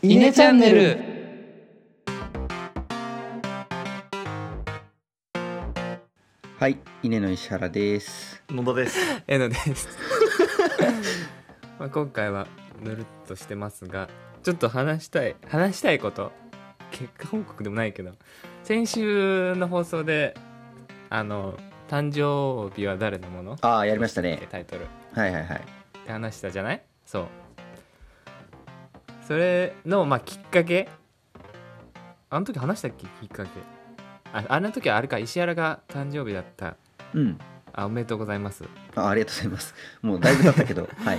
イネチャンネルはい、稲の石原です。野田です。えのです まあ今回はぬるっとしてますがちょっと話したい話したいこと結果報告でもないけど先週の放送であの誕生日は誰のものああ、やりましたってね。タイトルはいはいはい。って話したじゃないそうそれのまあきっかけあの時話したっけきっかけああの時はあれか石原が誕生日だったうん。あおめでとうございますあ、ありがとうございます。もうだいぶ経ったけ ど、はい。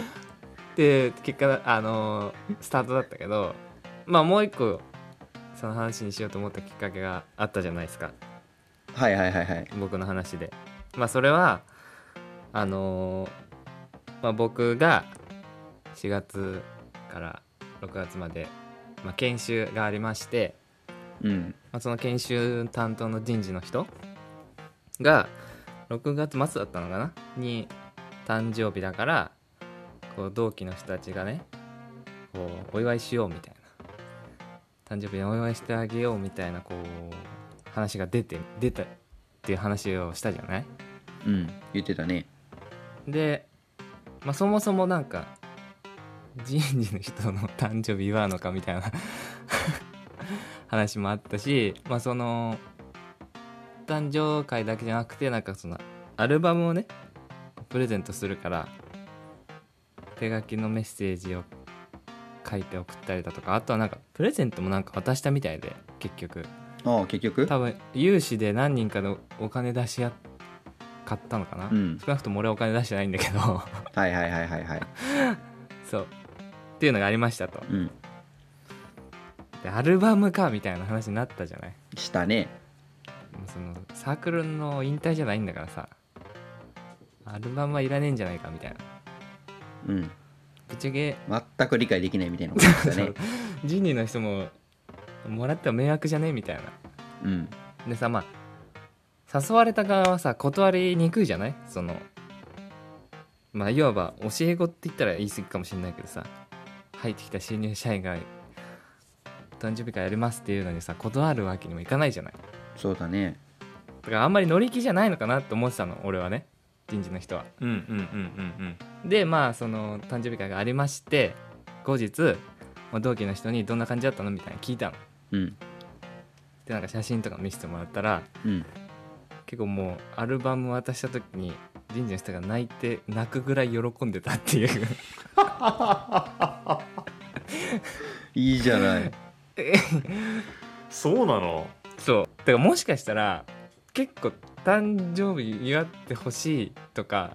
で結果あのースタートだったけどまあもう一個その話にしようと思ったきっかけがあったじゃないですかはいはいはいはい。僕の話でまあそれはあのーまあ、僕が4月から6月まで、まあ、研修がありまして、うん。まあ、その研修担当の人事の人が6月末だったのかなに誕生日だからこう同期の人たちがねこうお祝いしようみたいな誕生日にお祝いしてあげようみたいなこう話が出て出たっていう話をしたじゃないうん。言ってたね。で、まあ、そもそもなんか人事の人の誕生日祝うのかみたいな 話もあったし、まあ、その誕生会だけじゃなくてなんかそのアルバムをねプレゼントするから手書きのメッセージを書いて送ったりだとかあとはなんかプレゼントもなんか渡したみたいで結局ああ、結局多分有志で何人かのお金出し合っ買ったのかな、うん少なくとも俺はお金出してないんだけどはいはいはいはいはい。そうっていうのがありましたとうん。でアルバムかみたいな話になったじゃないしたね。もうそのサークルの引退じゃないんだからさアルバムはいらねえんじゃないかみたいなうん。ぶっちゃけ全く理解できないみたいなことで したね。ジニーの人ももらっては迷惑じゃねえみたいなうん。でさまあ誘われた側はさ断りにくいじゃないそのまあいわば教え子って言ったら言い過ぎかもしれないけどさ入ってきた新入社員が誕生日会やりますっていうのにさ断るわけにもいかないじゃないだそうだね。からあんまり乗り気じゃないのかなって思ってたの俺はね人事の人はうんうんうんでまあその誕生日会がありまして後日まあ同期の人に「どんな感じだったの?」みたいな聞いたのうん。でなんか写真とか見せてもらったらうん。結構もうアルバム渡した時に神社の人が泣いて泣くぐらい喜んでたっていういいじゃない。そうなの。そうだからもしかしたら結構誕生日祝ってほしいとか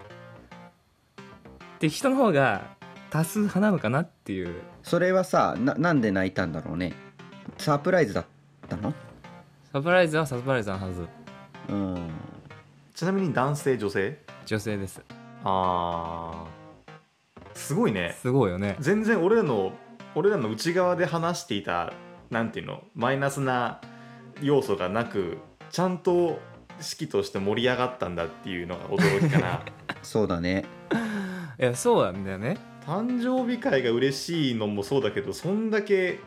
って人の方が多数派なのかなっていうそれはさ、な、なんで泣いたんだろうね。サプライズだったのサプライズはサプライズのはずうん。ちなみに男性女性？女性ですああ、すごいね。すごいよね全然俺らの俺らの内側で話していたなんていうのマイナスな要素がなくちゃんと式として盛り上がったんだっていうのが驚きかな。そうだね。いやそうなんだよね誕生日会が嬉しいのもそうだけどそんだけ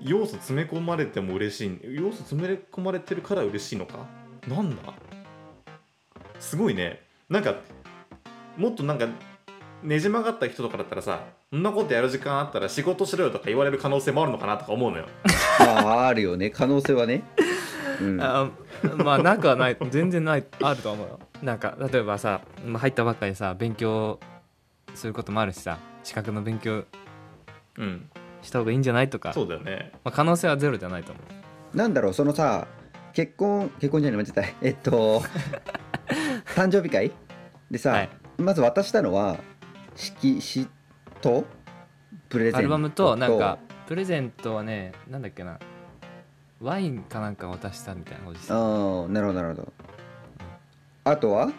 要素詰め込まれても嬉しい要素詰め込まれてるから嬉しいのかなんだすごいねなんかもっとなんかねじ曲がった人とかだったらさそんなことやる時間あったら仕事しろよとか言われる可能性もあるのかなとか思うのよまあ、あるよね。可能性はね。うん。あまあなくはない全然ないあると思うよなんか例えばさまあ入ったばっかりでさ勉強することもあるしさ資格の勉強うんした方がいいんじゃないとか、そうだよねまあ、可能性はゼロじゃないと思なんだろうそのさ結婚結婚じゃない間違えたえっ と誕生日会でさ、はいまず渡したのは色紙とプレゼンうトアルバムとなんかプレゼントはねなんだっけなワインかなんか渡したみたいなことですああなるほどなるほどあとは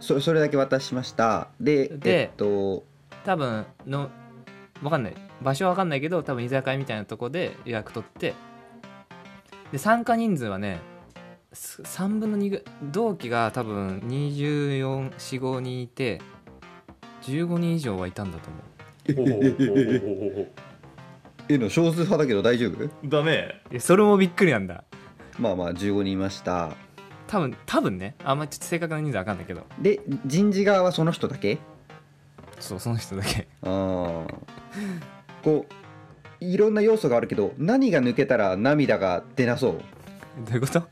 そそれだけ渡しましたででえっと多分のわかんない場所はわかんないけど多分居酒屋みたいなとこで予約取ってで参加人数はねす3分の2ぐ同期が多分2445人いて15人以上はいたんだと思うほうほうほうほうほうほうえの少数派だけど大丈夫だねえそれもびっくりなんだまあまあ15人いました多分多分ねあんまちょっと正確な人数わかんないけどで人事側はその人だけそうその人だけ ああこういろんな要素があるけど何が抜けたら涙が出なそうどういうこと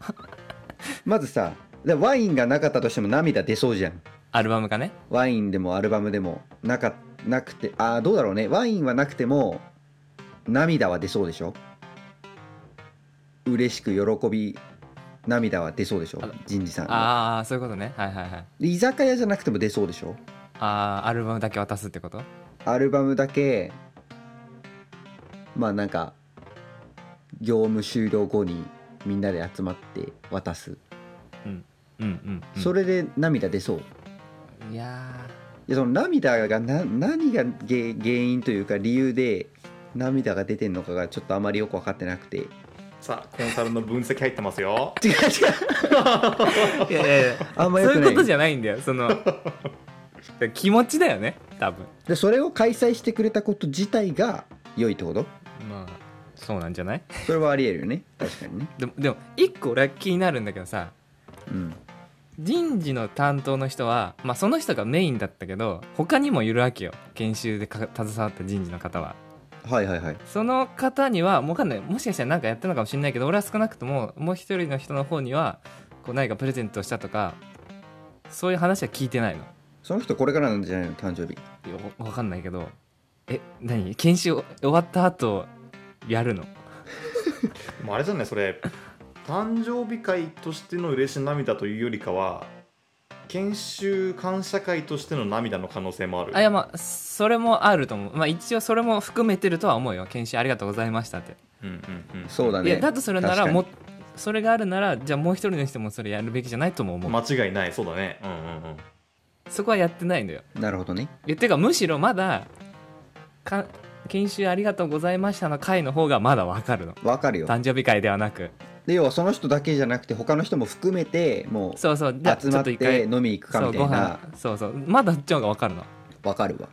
まずさでワインがなかったとしても涙出そうじゃんアルバムかねワインでもアルバムでもなかなくてあーどうだろうねワインはなくても涙は出そうでしょ嬉しく喜び涙は出そうでしょあ人事さんはああそういうことねはいはいはいで居酒屋じゃなくても出そうでしょああアルバムだけ渡すってことアルバムだけまあなんか業務終了後にみんなで集まって渡す、うんうん、うん、それで涙出そういやいやその涙がな何がげ原因というか理由で涙が出てんのかがちょっとあまりよく分かってなくて 違うさあコンサルの分析入ってますよ違うーいやいやいやあんまよそくういなういことじゃないんだよその だから気持ちだよね多分でそれを開催してくれたこと自体が良いってことまあそうなんじゃないそれはありえるよね確かにねでもでも一個俺は気になるんだけどさうん人事の担当の人は、まあ、その人がメインだったけど他にもいるわけよ研修でか携わった人事の方ははいはいはいその方にはもうわかんないもしかしたら何かやったのかもしれないけど俺は少なくとももう一人の人の方にはこう何かプレゼントしたとかそういう話は聞いてないのその人これからなんじゃないの誕生日よわかんないけどえ何研修終わった後やるのでもあれじゃないそれ誕生日会としての嬉し涙というよりかは研修感謝会としての涙の可能性もあるあいやまあそれもあると思うまあ一応それも含めてるとは思うよ研修ありがとうございましたって、うんうんそうだいねやだとするな確らかにもそれがあるならじゃあもう一人の人もそれやるべきじゃないともう思んう、間違いないそうだねうんうんうんそこはやってないのよなるほどねえてかむしろまだか研修ありがとうございましたの回の方がまだわかるのわかるよ誕生日会ではなくで要はその人だけじゃなくて他の人も含めてもうそうそうじゃあ集まっちょとて飲み行くかそみうたごい飯なそうそうまだそっちの方がわかるのわかるわ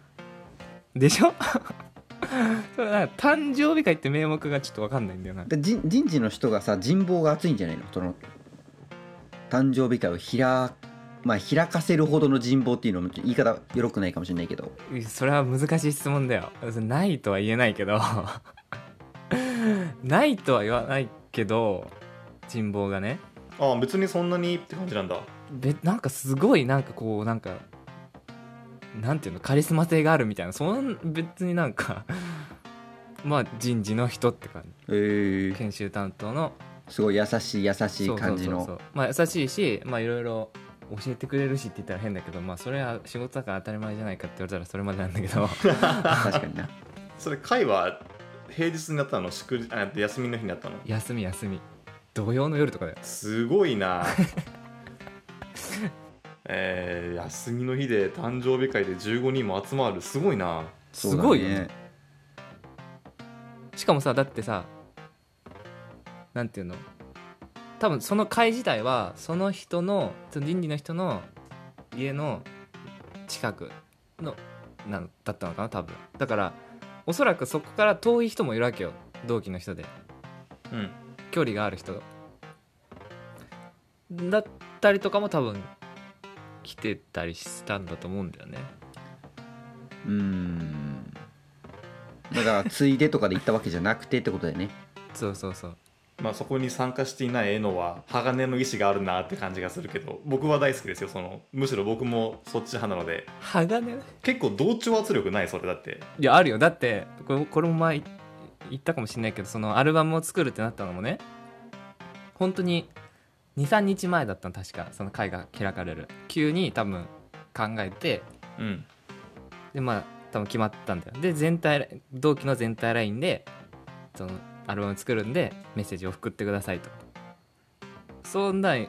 でしょ それなんか誕生日会って名目がちょっとわかんないんだよなで人人事の人がさ人望が厚いんじゃないのその誕生日会を開,、まあ、開かせるほどの人望っていうのも言い方よくないかもしれないけどそれは難しい質問だよそれないとは言えないけど ないとは言わないけど人望がねああ別にそんなにって感じなんだべなんかすごいなんかこうなんかなんていうのカリスマ性があるみたいなそん別になんか まあ人事の人って感えじ研修担当のすごい優しい優しいそうそう感そうじそうのまあ優しいしまあいろいろ教えてくれるしって言ったら変だけどまあそれは仕事だから当たり前じゃないかって言われたらそれまでなんだけど 確かになそれ会は平日になったの祝日あ休みの日になったの休み休み土曜の夜とかだよすご いなえー、休みの日で誕生日会で15人も集まるすごいな すごいよそうだねしかもさだってさなんていうの多分その会自体はその人のその人事の人の家の近くのなんだったのかな多分だからおそらくそこから遠い人もいるわけよ同期の人でうん距離がある人だったりとかも多分来てたりしたんだと思うんだよねうーんだからついでとかで行ったわけじゃなくてってことだよねそうそうそうまあそこに参加していない絵のは鋼の意志があるなって感じがするけど僕は大好きですよそのむしろ僕もそっち派なので鋼ね結構同調圧力ないそれだっていやあるよだってこれこれも前い言ったかもしれないけどそのアルバムを作るってなったのもね本当に23日前だったの確かその会が開かれる急に多分考えてうんでまあ多分決まったんだよで全体同期の全体ラインでそのアルバム作るんでメッセージを送ってくださいとそんなん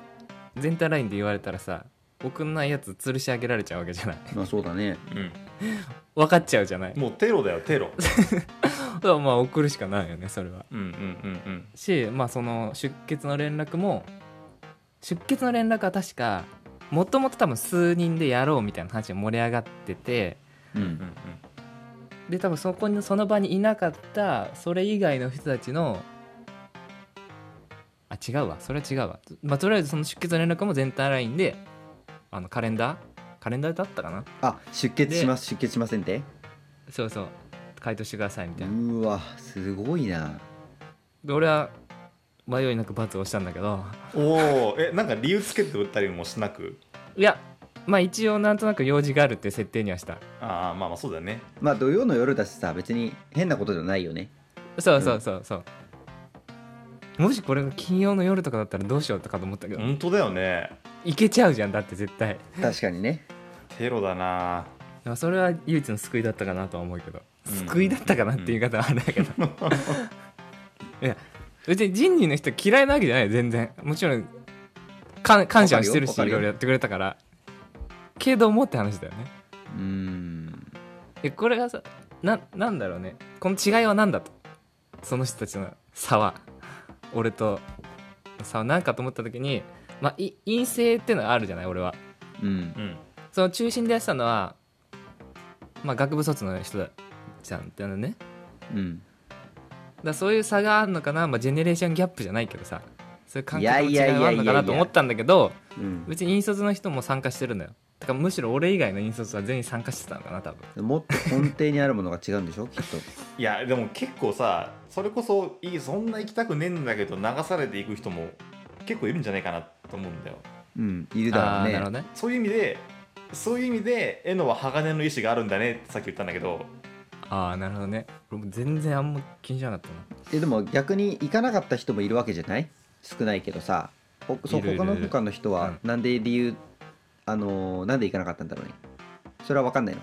全体ラインで言われたらさ送んないやつ吊るし上げられちゃうわけじゃない まあそうだねう分かっちゃうじゃない んもうテロだよテロだからまあ送るしかないよねそれはうんうんうんうんし、まあ、その出血の連絡も出血の連絡は確かもともと多分数人でやろうみたいな話が盛り上がっててううんんで多分そこにその場にいなかったそれ以外の人たちのあ違うわそれは違うわ、まあ、とりあえずその出血の連絡も全体ラインであのカレンダーカレンダーだったかなあ出血します出血しませんってそうそう回答してくださいみたいな、うわすごいなで俺は迷いなく罰をしたんだけどおおえなんか理由つけて打ったりもしなくいやまあ一応なんとなく用事があるって設定にはしたああまあまあそうだよねまあ土曜の夜だしさ別に変なことじゃないよねそうそうそうそう、もしこれが金曜の夜とかだったらどうしようとかと思ったけど、本当だよねいけちゃうじゃんだって絶対確かにねテロだな まあそれは唯一の救いだったかなとは思うけど、うん救いだったかなっていう言い方はあれだけどいや 別に人事の人嫌いなわけじゃないよ全然もちろん感感謝はしてるしわかいるよろいろやってくれたからけどもって話だよねうーんえこれがさななんだろうねこの違いは何だとその人たちの差は俺と差は何かと思った時に、まあ、い陰性ってのがあるじゃない俺はうんうんその中心でやってたのは、まあ、学部卒の人だじゃんってなねうんだからそういう差があるのかな、まあ、ジェネレーションギャップじゃないけどさそういう感覚の違いいやいやいやいはあやいるやのかなと思ったんだけどうん別に引率の人も参加してるのよだからむしろ俺以外の引率は全員参加してたのかな多分もっと根底にあるものが違うんでし ょきっといやでも結構さそれこそいいそんな行きたくねえんだけど流されていく人も結構いるんじゃないかなと思うんだようんいるあだろあーうなるほねどねそういう意味でそういう意味で絵のは鋼の意志があるんだねってさっき言ったんだけどああなるほどね俺も全然あんま気にしなかったなえでも逆に行かなかった人もいるわけじゃない少ないけどさほそういるいる他の他の人はなんで理由あのーなんで行かなかったんだろうねそれは分かんないの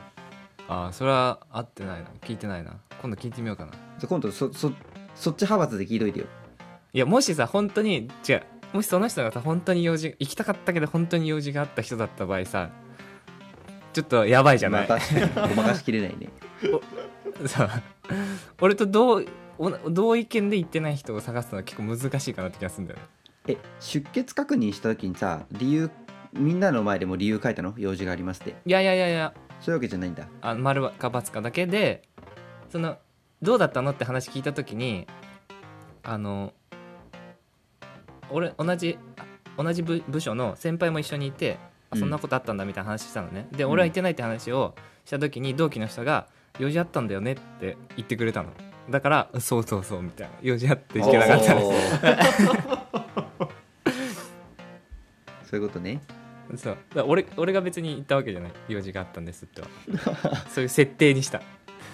ああそれは合ってないな聞いてないな今度聞いてみようかなじゃあ今度そそそっち派閥で聞いといてよいやもしさ本当に違うもしその人がさ本当に用事行きたかったけど本当に用事があった人だった場合さちょっとやばいじゃない、まあ確かにごまかしきれないね そう俺と同おな同意見で行ってない人を探すのは結構難しいかなって気がするんだよねえ出血確認した時にさ理由みんなの前でも理由書いたの用事がありますっていやいやいやいやそういうわけじゃないんだあ丸か×かだけでそのどうだったのって話聞いた時にあの俺同じあ同じ部部署の先輩も一緒にいて、あうんそんなことあったんだみたいな話したのねでん俺は行ってないって話をした時に同期の人が「用事あったんだよね」って言ってくれたのだから「そうそうそう」みたいな「用事あって行けなかったおでー そういうことねす」そうだから俺俺が別に行ったわけじゃない用事があったんですってはそういう設定にした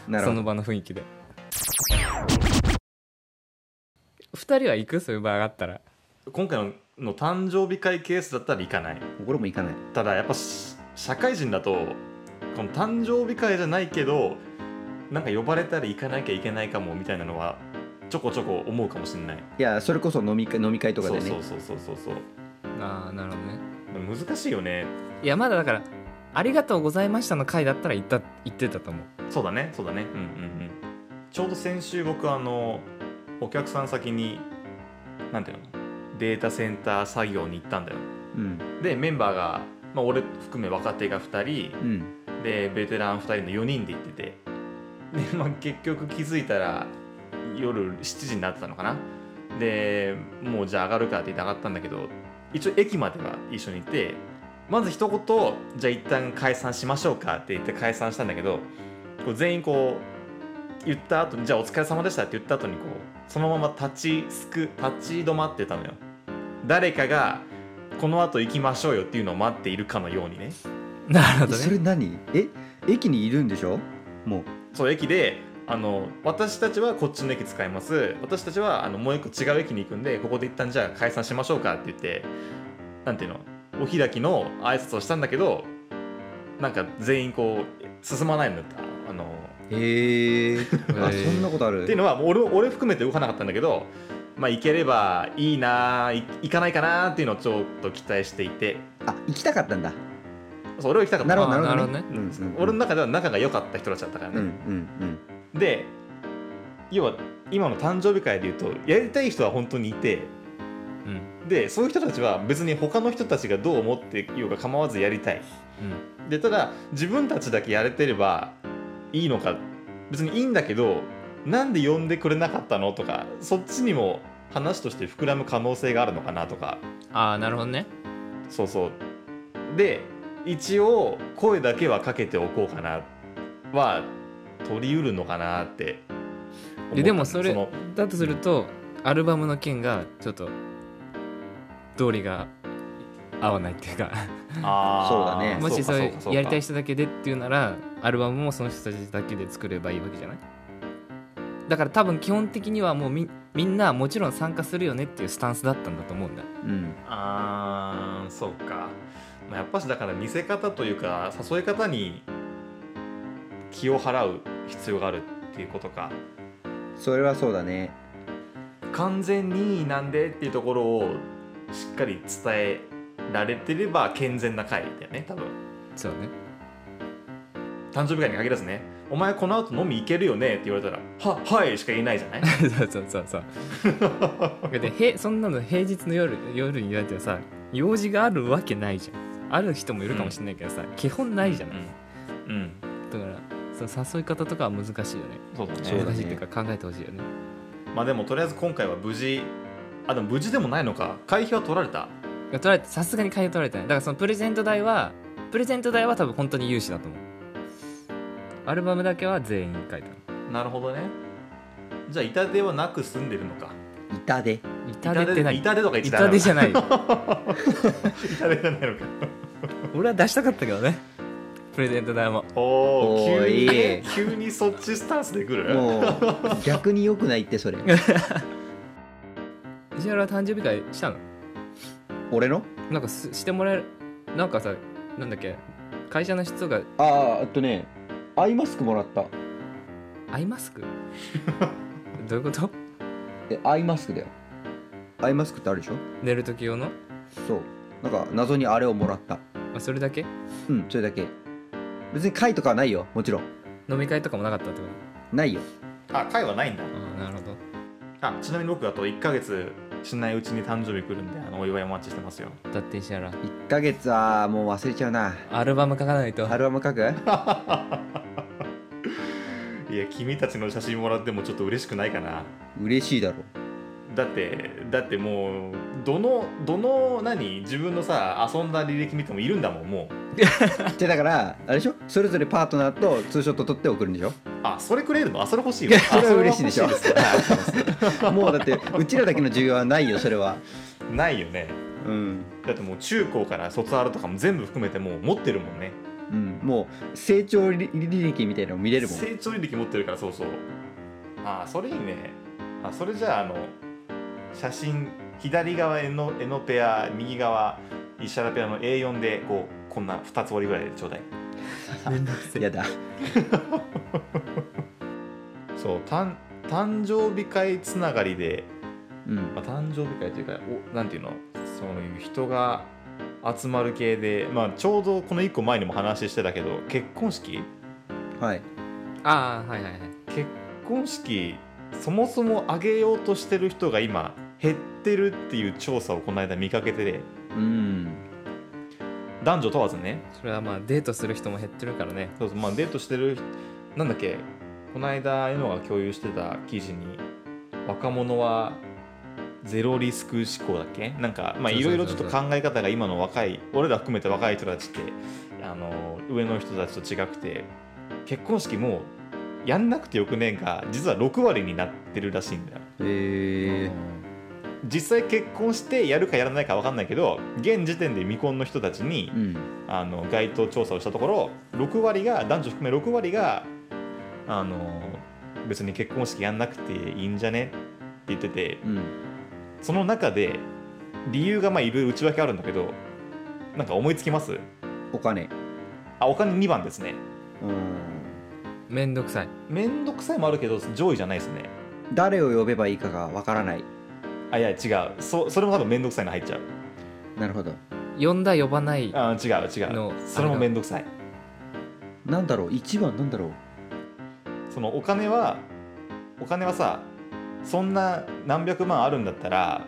なるそほのど場の雰囲気で2人は行くそういう場があったら今回のの誕生日会ケースだったら行かない心もいかないただやっぱし社会人だとこの誕生日会じゃないけどなんか呼ばれたら行かなきゃいけないかもみたいなのはちょこちょこ思うかもしれないいやそれこそ飲み会飲み会とかでねそうそうそうそうそうああなるほどねそう難しいよねいやまだだから「ありがとうございました」の回だったら行った行ってたと思うそうだねそうだねうんうんうんちょうど先週僕あのお客さん先になんていうのデータセンター作業に行ったんだようんでメンバーが、まあ、俺含め若手が2人うんでベテラン2人の4人で行っててで、 まあ、結局気づいたら夜7時になってたのかなでもうじゃあ上がるかって言って上がったんだけど一応駅までは一緒にいてまず一言「じゃあ一旦解散しましょうか」って言って解散したんだけどこう全員こう言った後に「じゃあお疲れ様でした」って言った後にこうそのまま立ちすく立ち止まってたのよ誰かがこの後行きましょうよっていうのを待っているかのようにねなるほえどそねれ何え駅にいるんでしょもうそう駅であの私たちはこっちの駅使います私たちはあのもう一個違う駅に行くんでここで一旦じゃあ解散しましょうかって言ってなんていうのお開きの挨拶をしたんだけどなんか全員こう進まないんだったあのへえあそんなことあるっていうのはもう俺も俺含めて動かなかったんだけどまあ行ければいいない行かないかなっていうのをちょっと期待していてあ行きたかったんだそう俺は行きたかっなたるほあどーなるほどなるねほうんうんうんうん俺の中では仲が良かった人たちだったからね、うんうんで要は今の誕生日会でいうとやりたい人は本当にいてうんでそういう人たちは別に他の人たちがどう思っていようが構わずやりたいうんでただ自分たちだけやれてればいいのか別にいいんだけどなんで呼んでくれなかったのとかそっちにも話として膨らむ可能性があるのかなとかああなるほどねそうそうで一応声だけはかけておこうかなは取りうるのかなって思ったででもそれのだとするとアルバムの件がちょっと道理が合わないっていうかあーそうだねもしそういうかかやりたい人だけでっていうならアルバムもその人たちだけで作ればいいわけじゃないだから多分基本的にはもうみみんなもちろん参加するよねっていうスタンスだったんだと思うんだうんあーそうか、まあ、やっぱしだから見せ方というか誘い方に気を払う必要があるっていうことかそれはそうだね完全になんでっていうところをしっかり伝えられてれば健全な会だよね多分そうね 誕生日会に限らずね「お前この後飲み行けるよね」って言われたら「ははい」しか言えな いじゃないそうそうそうそうでへそんなの平日の夜夜に言われてさ用事があるわけないじゃんある人もいるかもしれないけどさ、基本ないじゃない、うん、うんだからそう誘い方とかは難しいよねそうだねそうだね難しいっていうか考えてほしいよねまあでもとりあえず今回は無事あでも無事でもないのか会費は取られた取られてさすがに金取られてないだからそのプレゼント代はプレゼント代は多分本当に有志だと思うアルバムだけは全員書いたなるほどねじゃあ痛手はなく済んでるのか痛で痛手ってない痛手とか言っちゃダ痛メ手なじゃないよ痛手じゃないのか俺は出したかったけどねプレゼント代もおおおー急にいいね急にそっちスタンスで来るも う逆に良くないってそれ石原は誕生日会したの俺のなんかすしてもらえるなんかさなんだっけ会社の人がああえっとねアイマスクもらったアイマ スクどういうことえアイマスクだよアイマスクってあるでしょ寝る時用の、そうなんか謎にあれをもらったまあ、それだけうんそれだけ別に会とかはないよもちろん飲み会とかもなかったってことないよあ会はないんだああなるほどあちなみに僕あと1ヶ月しないうちに誕生日来るんであのお祝いお待ちしてますよだって石原1ヶ月はもう忘れちゃうなアルバム書かないとアルバム書くいや君たちの写真もらってもちょっと嬉しくないかな嬉しいだろだってだってもうどのどの何自分のさ遊んだ履歴見てもいるんだもんもうじゃあだからあれでしょそれぞれパートナーとツーショット撮って送るんでしょあそれくれるのあそれ欲しいわ それは嬉しいでしょあそれは欲しいですもうだってうちらだけの需要はないよそれはないよねうん、だってもう中高から卒アルとかも全部含めてもう持ってるもんねうん、もう成長履履歴みたいなの見れるもん成長履歴持ってるからそうそうああそれいいねあそれじゃああの写真左側絵の絵のペア右側石原ペアの A4 でこうこんな2つ折りぐらいでちょうだいめんどくせえやだそう誕誕生日会つながりで、うんまあ、誕生日会というかおなんていうのそういう人が集まる系で、まあ、ちょうどこの1個前にも話してたけど結婚式はいああはいはいはい結婚式そもそも上げようとしてる人が今減ってるっていう調査をこの間見かけてでうん男女問わずねそれはまあデートする人も減ってるからねそうそうまあデートしてるなんだっけこの間エノが共有してた記事に若者はゼロリスク思考だっけなんかまあそういそうろそういろちょっと考え方が今の若い俺ら含めて若い人たちってあの上の人たちと違くて結婚式もやんなくてよくねえが実は6割になってるらしいんだよえ実際結婚してやるかやらないか分かんないけど現時点で未婚の人たちにー、うんあの該当調査をしたところ6割が男女含め6割があの別に結婚式やんなくていいんじゃねって言っててうんその中で理由がまあいろいろ内訳あるんだけどなんか思いつきますお金あお金2番ですねうんめんどくさいめんどくさいもあるけど上位じゃないですね誰を呼べばいいかがわからないあいや違うそそれも多分めんどくさいの入っちゃうなるほど呼んだ呼ばないあ違う違のうそれもめんどくさいなんだろう一番なんだろうそのお金はお金はさそんな何百万あるんだったら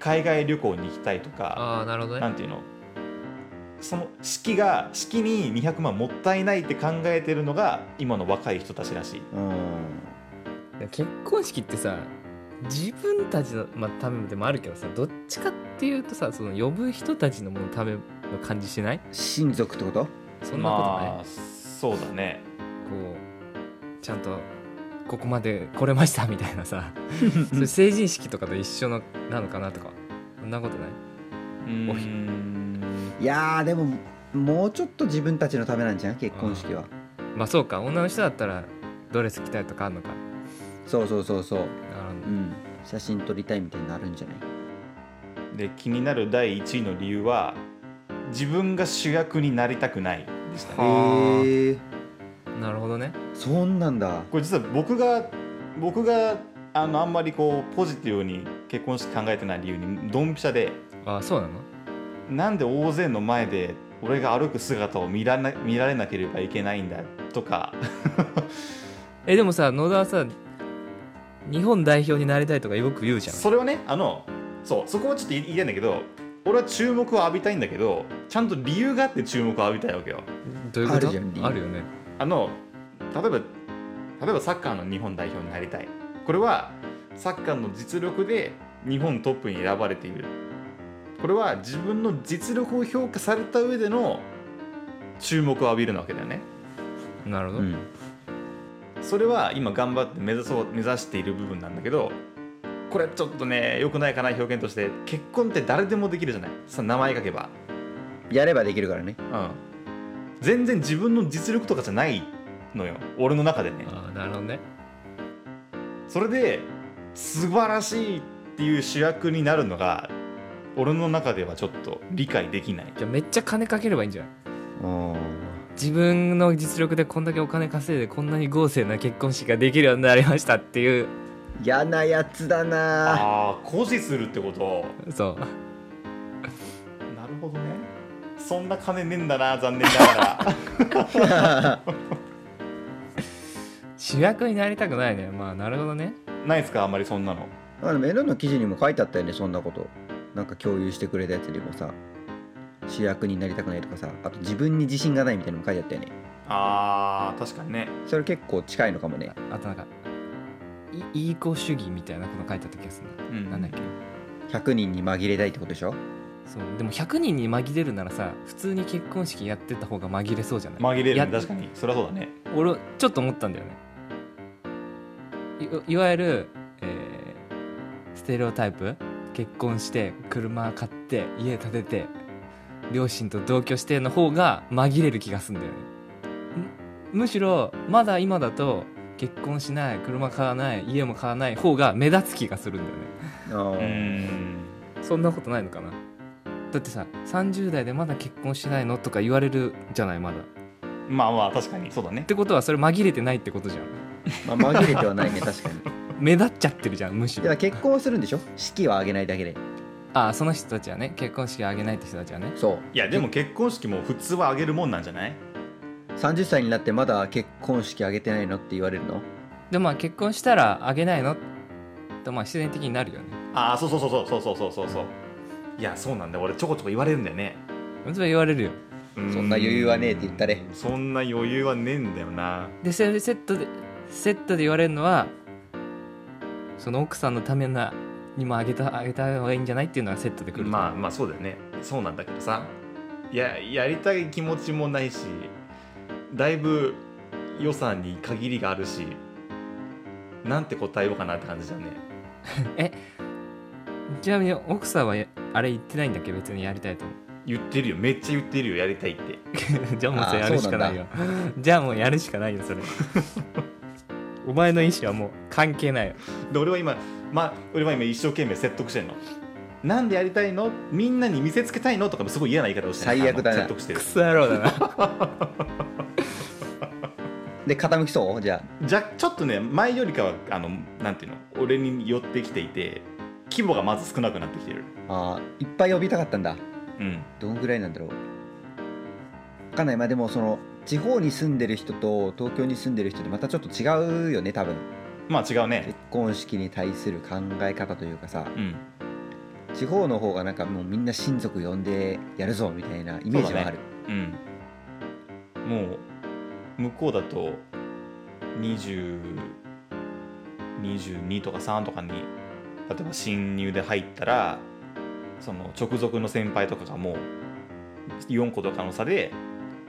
海外旅行に行きたいとかああなるほどなねんていうのその式が式に200万もったいないって考えてるのが今の若い人たちらしいうん結婚式ってさ自分たちの、まあ、ためでもあるけどさどっちかっていうとさその呼ぶ人たちのものための感じしない親族ってことそんなことない、まあそうだねこうちゃんとここまで来れましたみたいな さそれ成人式とかと一緒のなのかなとかそんなことないおひうんいやーでももうちょっと自分たちのためなんじゃん結婚式はまあそうか女の人だったらドレス着たいとかあんのかそうそうそうそうなるほどうん写真撮りたいみたいになるんじゃないで気になる第1位の理由は自分が主役になりたくないでしたねはあへえなるほどねそんなんだこれ実は僕が僕があのあんまりこうポジティブに結婚式考えてない理由にドンピシャであそうなのなんで大勢の前で俺が歩く姿を見らな見られなければいけないんだとかえでもさ野田はさ日本代表になりたいとかよく言うじゃんそれはねあのそうそこはちょっと言い言いたいんだけど俺は注目を浴びたいんだけどちゃんと理由があって注目を浴びたいわけよどういうことあるじゃん理由あるよねあの例えば例えばサッカーの日本代表になりたいこれはサッカーの実力で日本トップに選ばれているこれは自分の実力を評価された上での注目を浴びるなわけだよねなるほうど、んそれは今頑張って目指そう目指している部分なんだけどこれちょっとね良くないかな表現として結婚って誰でもできるじゃないさ名前書けばやればできるからねうん全然自分の実力とかじゃないのよ俺の中でねあーなるほどねそれで素晴らしいっていう主役になるのが俺の中ではちょっと理解できないじゃあめっちゃ金かければいいんじゃないうん自分の実力でこんだけお金稼いでこんなに豪勢な結婚式ができるようになりましたっていう嫌なやつだなああ誇示するってことそうなるほどねそんな金ねえんだな残念ながら 主役になりたくないねまあなるほどねないですかあんまりそんなのあのメロンの記事にも書いてあったよねそんなことなんか共有してくれたやつにもさ主役になりたくないとかさあと自分に自信がないみたいなのも書いてあったよねあー確かにねそれ結構近いのかもねあとなんかいいい子主義みたいなこと書いてあった気がするな、うんなんだっけ100人に紛れたいってことでしょそうでも100人に紛れるならさ普通に結婚式やってた方が紛れそうじゃない紛れるやね確かにそりゃそうだね俺ちょっと思ったんだよねいいわゆる、えーステレオタイプ結婚して車買って家建てて両親と同居しての方が紛れる気がすんだよねむむしろまだ今だと結婚しない車買わない家も買わない方が目立つ気がするんだよねあうーんそんなことないのかなだってさ30代でまだ結婚しないのとか言われるじゃないまだっまあまあ確かにそうだねてことはそれ紛れてないってことじゃんまあ、紛れてはないね確かに目立っちゃってるじゃんむしいろや結婚はするんでしょ式はあげないだけでああその人たちはね結婚式あげないって人たちはねそういやでも結婚式も普通はあげるもんなんじゃない30歳になってまだ結婚式あげてないのって言われるのでまあ結婚したらあげないのとまあ自然的になるよねああそうそうそうそうそうそうそうそういやそうなんだよ俺ちょこちょこ言われるんだよねそれは言われるよそそんな余裕はねえって言ったねそんな余裕はねえんだよなでセセットでセットで言われるのはその奥さんのためなにもあげたあげた方がいいんじゃないっていうのがセットでくるとまあまあそうだよねそうなんだけどさいややりたい気持ちもないしだいぶ予算に限りがあるしなんて答えようかなって感じだねちなみに奥さんはやあれ言ってないんだっけ別にやりたいと思言ってるよめっちゃ言ってるよやりたいってう じゃあもうそれあやーるしかないよじゃあもうやるしかないよそれお前の意思はもう関係ないよで俺は今まあ俺は今一生懸命説得してるのなんでやりたいのみんなに見せつけたいのとかもすごい嫌な言い方をしてる最悪だあなの説得してるクソ野郎だな で傾きそうじゃじゃちょっとね前よりかはあのなんていうの俺に寄ってきていて規模がまず少なくなってきてるああーいっぱい呼びたかったんだうんどんぐらいなんだろう分かんないまあでもその地方に住んでる人と東京に住んでる人でまたちょっと違うよね多分まあ違うね結婚式に対する考え方というかさうん地方の方がなんかもうみんな親族呼んでやるぞみたいなイメージはある、うんもう向こうだと2022とか3とかに例えば新入で入ったらその直属の先輩とかがもう4個とかの差で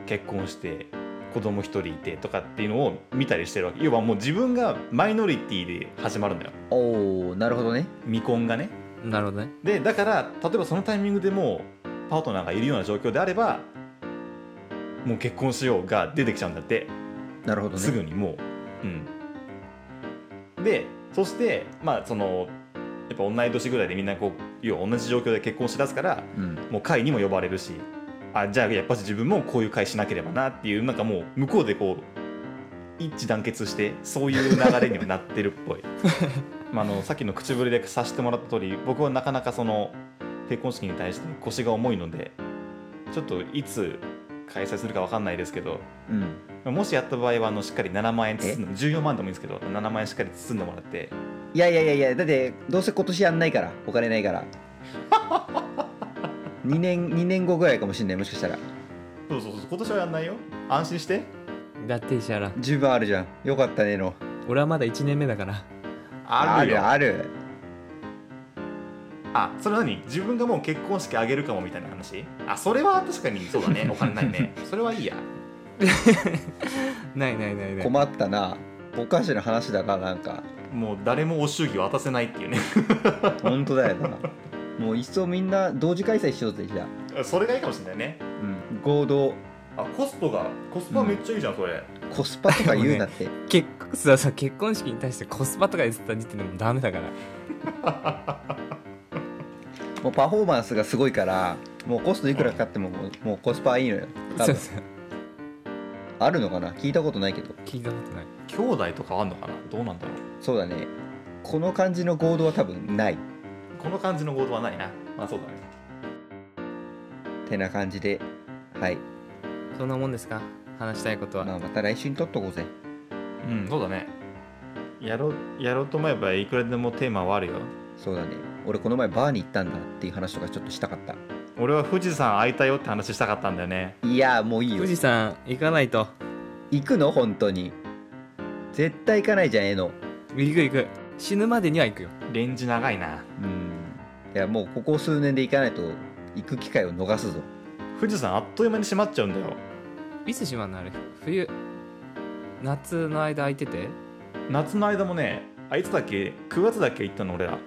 結婚して子供一人いてとかっていうのを見たりしてるわけ要はもう自分がマイノリティで始まるんだよおおなるほどね未婚がねなるほどねでだから例えばそのタイミングでもうパートナーがいるような状況であればもう結婚しようが出てきちゃうんだってなるほどねすぐにもう、うん、でそしてまあそのやっぱ同い年ぐらいでみんなこう要は同じ状況で結婚しだすからうん、もう会にも呼ばれるしあじゃあやっぱり自分もこういう会しなければなっていうなんかもう向こうでこう一致団結してそういう流れにはなってるっぽいまああのさっきの口ぶりでさせてもらった通り僕はなかなかその結婚式に対して腰が重いのでちょっといつ開催するかわかんないですけどうん、もしやった場合はあのしっかり7万円包んで14万でもいいんですけど7万円しっかり包んでもらっていやいやいやいやだってどうせ今年やんないからお金ないから 2年2年後ぐらいかもしれないもしかしたらそうそうそう今年はやんないよ安心してだって石原十分あるじゃんよかったねの俺はまだ1年目だからあるよあるあそれ何自分がもう結婚式あげるかもみたいな話あそれは確かにそうだ ねお金ないねそれはいいやないないないあるない困ったなおかしな話だななんかもう誰もお祝儀渡せないっていうね本当だ よなもう一層みんな同時開催しようぜじゃ それがいいかもしれないねあ、うん、合同あコストがコスパめっちゃいいじゃん、それコスパとか言うな って、結局ささ結婚式に対してコスパとか言ってた時点でもうダメだからもうパフォーマンスがすごいからもうコストいくらかかっても、もうもうコスパいいのよ多そう分そうあるのかな聞いたことないけど聞いたことない兄弟とかあんのかなどうなんだろうそうだねこの感じの合同は多分ないこの感じの合同はないなまあそうだねてな感じではい、そんなもんですか話したいことは、まあ、また来週に撮っとこうぜうんそうだねやろうやろうと思えばいくらでもテーマはあるよそうだね俺この前バーに行ったんだっていう話とかちょっとしたかった俺は富士山会いたよって話したかったんだよねいやーもういいよ富士山行かないと行くの本当に絶対行かないじゃんえの行く行く死ぬまでには行くよレンジ長いなうんいやもうここ数年で行かないと行く機会を逃すぞ富士山あっという間に閉まっちゃうんだよいつ島のあれ冬夏の間空いてて夏の間もねあいつだっけ9月だっけ行ったの俺ら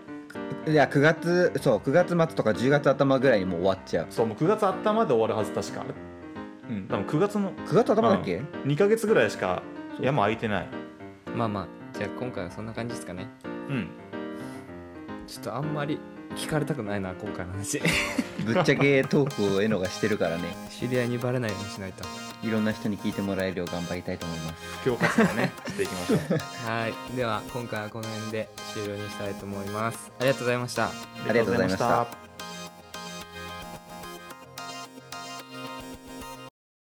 いや9月そう9月末とか10月頭ぐらいにもう終わっちゃうそうもう9月頭で終わるはず確かうん多分9月の9月頭だっけ、 2ヶ月ぐらいしか山空いてないまあまあじゃあ今回はそんな感じですかねうんちょっとあんまり聞かれたくないな今回の 話ぶっちゃけトークをえのがしてるからね知り合いにバレないようにしないといろんな人に聞いてもらえるよう頑張りたいと思います布教活動 ねしていきましょうはいでは今回はこの辺で終了にしたいと思いますありがとうございましたありがとうございましたありがとうございました